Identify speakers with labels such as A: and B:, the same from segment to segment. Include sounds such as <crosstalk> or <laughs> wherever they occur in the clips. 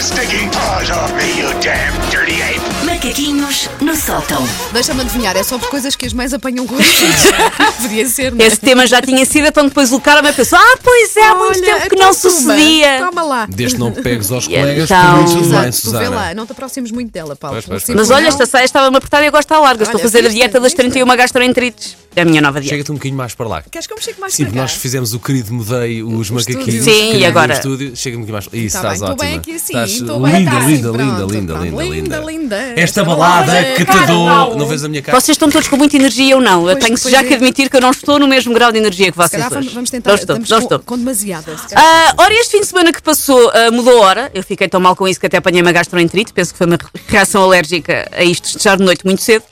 A: sticking paws off me, you damn dirty ape!
B: Macaquinhos no sótão.
C: Deixa-me adivinhar, é sobre coisas que as mães apanham com
D: <laughs>
C: os filhos. Podia ser, não é?
D: Esse tema já tinha sido, então depois o cara me pensou: Ah, pois é, há muito
C: Olha,
D: tempo que
C: então
D: não
C: toma,
D: sucedia.
C: Toma lá. <laughs>
E: Desde não pegues aos
D: Yeah,
E: colegas,
D: então,
E: por isso tudo
C: é Exato,
E: bem,
C: tu vê
E: Susana.
C: lá, não te aproximes muito dela, Paulo.
E: Pois, pois,
C: Sim,
E: pois.
D: Mas
C: por
D: olha,
C: não.
D: esta saia estava-me a apertar e eu gosto à larga. Estou a
C: Olha,
D: fazer a
C: viste,
D: dieta das
C: viste?
D: 31 gastroenterites. É a minha nova dieta.
E: Chega-te um bocadinho mais para lá.
C: Queres que eu me chegue mais
E: Sim,
C: para
E: porque
C: cá?
E: nós fizemos o querido mudei os
C: estúdio.
E: macaquinhos.
D: Sim,
E: querido
D: e agora?
E: o estúdio. Chega-me um bocadinho mais. Isso,
C: Tá bem,
E: estás
C: tô bem
E: ótima.
C: aqui assim,
E: Estás
C: tô bem,
E: linda,
C: tá assim,
E: linda,
C: pronto,
E: linda, linda,
C: pronto,
E: linda,
C: linda, linda.
E: Esta
C: Esta
E: balada
C: balada
E: que
C: é
E: te dou.
D: Paulo.
E: Não vês a minha cara?
D: Vocês estão todos com muita energia, eu não. Eu
C: Pois,
D: tenho
C: pois
D: já
C: é.
D: que admitir que eu não estou no mesmo grau de energia que
C: Se
D: vocês
C: calhar
D: hoje.
C: vamos, vamos tentar.
D: Não estou,
C: estamos
D: não
C: com,
D: estou.
C: com demasiada. se calhar.
D: Ah, ora, este fim de semana que passou ah, mudou a hora. Eu fiquei tão mal com isso que até apanhei uma gastroenterite. Penso que foi uma reação alérgica a isto, estejar de noite muito cedo.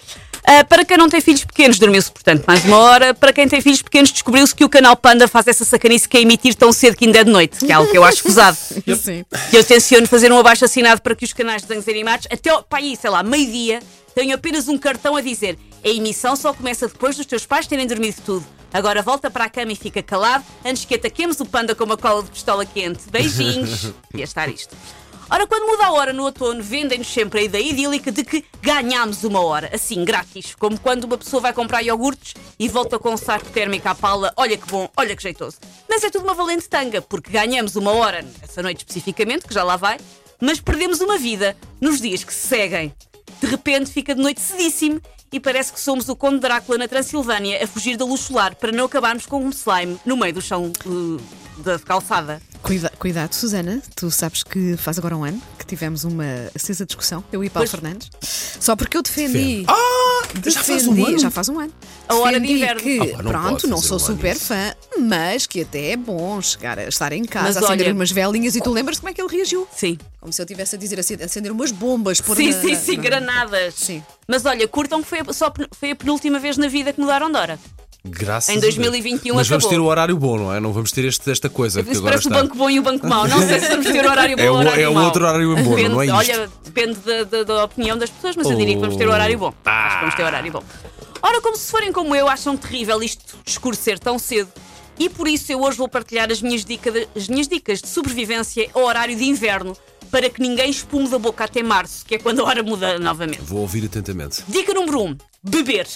D: Ah, para quem não tem filhos pequenos, dormiu-se, portanto, mais uma hora. Para quem tem filhos pequenos, descobriu-se que o canal Panda faz essa sacanice que é emitir tão cedo que ainda é de noite, que é algo que eu acho fusado.
C: <laughs> Sim.
D: E eu tenciono fazer um abaixo assinado para que os canais de desenhos animados, até ao- para aí, sei lá, meio-dia, tenham apenas um cartão a dizer: a emissão só começa depois dos teus pais terem dormido tudo. Agora volta para a cama e fica calado antes que ataquemos o panda com uma cola de pistola quente. Beijinhos! Ia estar isto. Ora, quando muda a hora no outono, vendem-nos sempre a ideia idílica de que ganhámos uma hora, assim, grátis. Como quando uma pessoa vai comprar iogurtes e volta com um saco térmico à pala, olha que bom, olha que jeitoso. Mas é tudo uma valente tanga, porque ganhamos uma hora, essa noite especificamente, que já lá vai, mas perdemos uma vida nos dias que se seguem. De repente fica de noite cedíssimo e parece que somos o Conde Drácula na Transilvânia a fugir da luz solar para não acabarmos com um slime no meio do chão eh, da calçada.
C: Cuida- cuidado, Susana. Tu sabes que faz agora um ano que tivemos uma acesa discussão, eu e Paulo
D: Pois.
C: Fernandes. Só porque eu defendi. defendi
E: Ah, já faz um ano?
C: Ah, já faz um ano.
D: A hora de
C: Defendi
D: inverno.
C: Que,
E: Ah, pá, não
C: pronto,
E: pode
C: não
E: fazer
C: sou
E: um ano
C: super
E: isso.
C: fã, mas que até é bom chegar a estar em
D: Mas
C: casa, acender
D: olha-
C: umas velinhas e tu lembras como é que ele reagiu?
D: Sim.
C: Como se eu tivesse a dizer assim, acender umas bombas por
D: Sim,
C: na-
D: sim, sim,
C: na-
D: granadas.
C: Sim.
D: Mas olha, curtam que foi a, só, foi a penúltima vez na vida que mudaram de hora.
E: Graças
D: Em 2021
E: a Deus. Mas vamos
D: acabou.
E: ter o horário bom, não é? Não vamos ter este, esta coisa que
D: Isso
E: agora
D: parece
E: está.
D: o
C: um
D: banco bom e o banco mau. Não sei se vamos ter o horário bom
E: É
D: ou
E: o-
D: horário
E: é o
D: mau.
E: outro horário bom,
D: depende,
E: não é isto?
D: Olha, depende da, da- da opinião das pessoas, mas eu diria que vamos ter o
E: Oh.
D: horário bom.
E: Ah.
D: Acho que vamos ter o horário bom. Ora, como se forem como eu, acham terrível isto escurecer tão cedo. E por isso eu hoje vou partilhar as minhas, dica de- as minhas dicas de sobrevivência ao horário de inverno para que ninguém espume da boca até março, que é quando a hora muda novamente.
E: Vou ouvir atentamente.
D: Dica número 1: um, beber.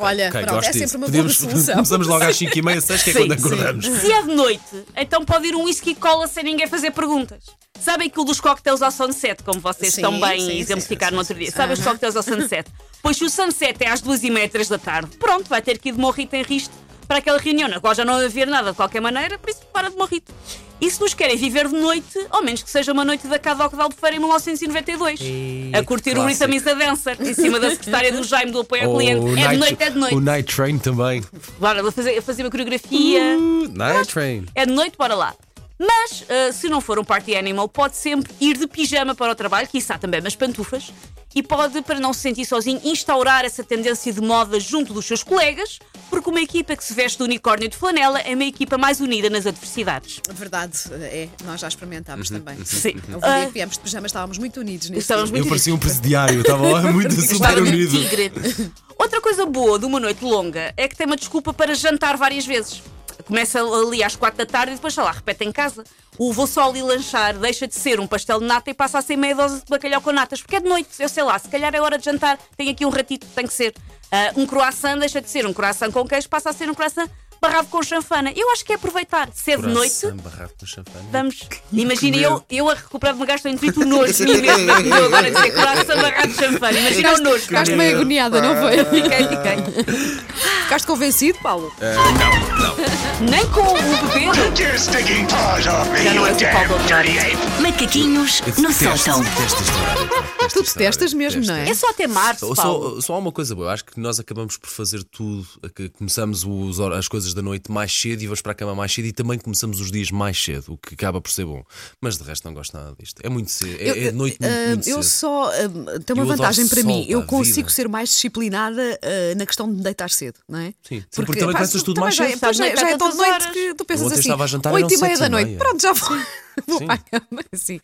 C: Olha,
E: Ok,
C: pronto,
E: gosto
C: é
E: disso.
C: sempre uma
E: Podemos-
C: boa solução.
E: <laughs> Começamos logo às 5h30, 6 que é
D: Sim,
E: quando
D: sim.
E: acordamos.
D: Se é de noite, então pode ir um whisky cola sem ninguém fazer perguntas. Sabem que o dos cocktails ao sunset, como vocês
C: Sim,
D: estão bem
C: sim, sim,
D: exemplificaram
C: sim,
D: no
C: sim,
D: outro dia.
C: sim.
D: Sabem os cocktails ao
C: <laughs>
D: sunset? Pois se o sunset é às duas e meia, três da tarde, pronto, vai ter que ir de morrito em risto para aquela reunião, na qual já não haver nada de qualquer maneira, por isso para de morrito. E se nos querem viver de noite, ao menos que seja uma noite da Cadoc de Albufeira em 1992, a curtir o
E: clássico.
D: Rhythm is a Dancer, em cima da secretária do Jaime do
C: <laughs>
D: apoio ao
C: Oh,
E: Ou
D: cliente.
E: o
D: É de
E: night-
D: noite, é de noite.
E: O Night Train também.
D: Bora, vou fazer, fazer uma coreografia.
E: Uh, Night Train.
D: É de noite, bora lá. Mas, ah, se não for um party animal, pode sempre ir de pijama para o trabalho, que isso também umas pantufas, e pode, para não se sentir sozinho, instaurar essa tendência de moda junto dos seus colegas, porque uma equipa que se veste de unicórnio de flanela é uma equipa mais unida nas adversidades.
C: <laughs> Verdade, é, nós já experimentámos
E: Uhum,
C: também.
D: Sim.
C: Houve um dia
D: Ah,
C: que viemos de pijama, estávamos muito unidos nisso.
D: Estávamos
E: Eu
D: muito
E: parecia um presidiário, estava lá
D: <laughs>
E: muito super
D: Estava meio
E: unido.
D: tigre. <laughs> Outra coisa boa de uma noite longa é que tem uma desculpa para jantar várias vezes. Começa ali às quatro da tarde e depois, sei lá, repete em casa. O vou só ali lanchar deixa de ser um pastel de nata e passa a ser meia dose de bacalhau com natas, porque é de noite, eu sei lá, se calhar é hora de jantar, tem aqui um ratito, tem que ser. Ah, um croissant deixa de ser um croissant com queijo, passa a ser um croissant barrado com chanfana. Eu acho que é aproveitar, se é de noite,
E: Coração barrado com champanhe.
D: Vamos. Imagina eu, eu a recuperar de uma gastroenterite o nojo de mim mesmo. Eu agora dizer coração barrado de champanhe. Imagina o nojo.
C: Ficaste meio agoniada, não foi? <laughs>
D: Fiquei, fiquei.
C: Ficaste convencido, Paulo?
D: Nem com o beber.
A: Get your sticking paws off me,
D: Já
A: you
D: não és o
A: damn
D: Pablo
A: dirty ape!
B: Macaquinhos
E: Eu
B: no
E: detesto,
B: sótão.
E: detesto este horário, detesto
C: Tu
E: este horário,
C: detestas mesmo,
E: detesto.
C: não é?
D: É só até março,
E: Só,
D: Paulo.
E: só, só há uma coisa boa, eu acho que nós acabamos por fazer tudo, que começamos os hor- as coisas da noite mais cedo e vamos para a cama mais cedo e também começamos os dias mais cedo, o que acaba por ser bom. Mas de resto não gosto nada disto. É muito cedo, é, é de noite
D: eh,
E: muito,
C: ah,
E: muito cedo.
C: eu só. ah, tem uma
E: Eu adoro
C: vantagem para mim.
E: sol, pá,
C: Eu consigo
E: vida.
C: ser mais disciplinada ah, na questão de me deitar cedo, não é?
E: Sim, sim, porque também
C: pá,
E: começas
C: tu
E: tudo
C: também
E: mais
C: já,
E: cedo.
C: já-
D: Estás na
C: já
D: cama
C: é tão
D: tantas
C: noite
D: horas.
C: que tu
E: Eu
C: pensas
E: ontem
C: assim.
E: estava a jantar, eram
C: e meia
E: sete
C: da
E: e
C: noite.
E: meia.
C: Pronto, já vou, vou <laughs>
E: Sim.
C: para a cama. Assim.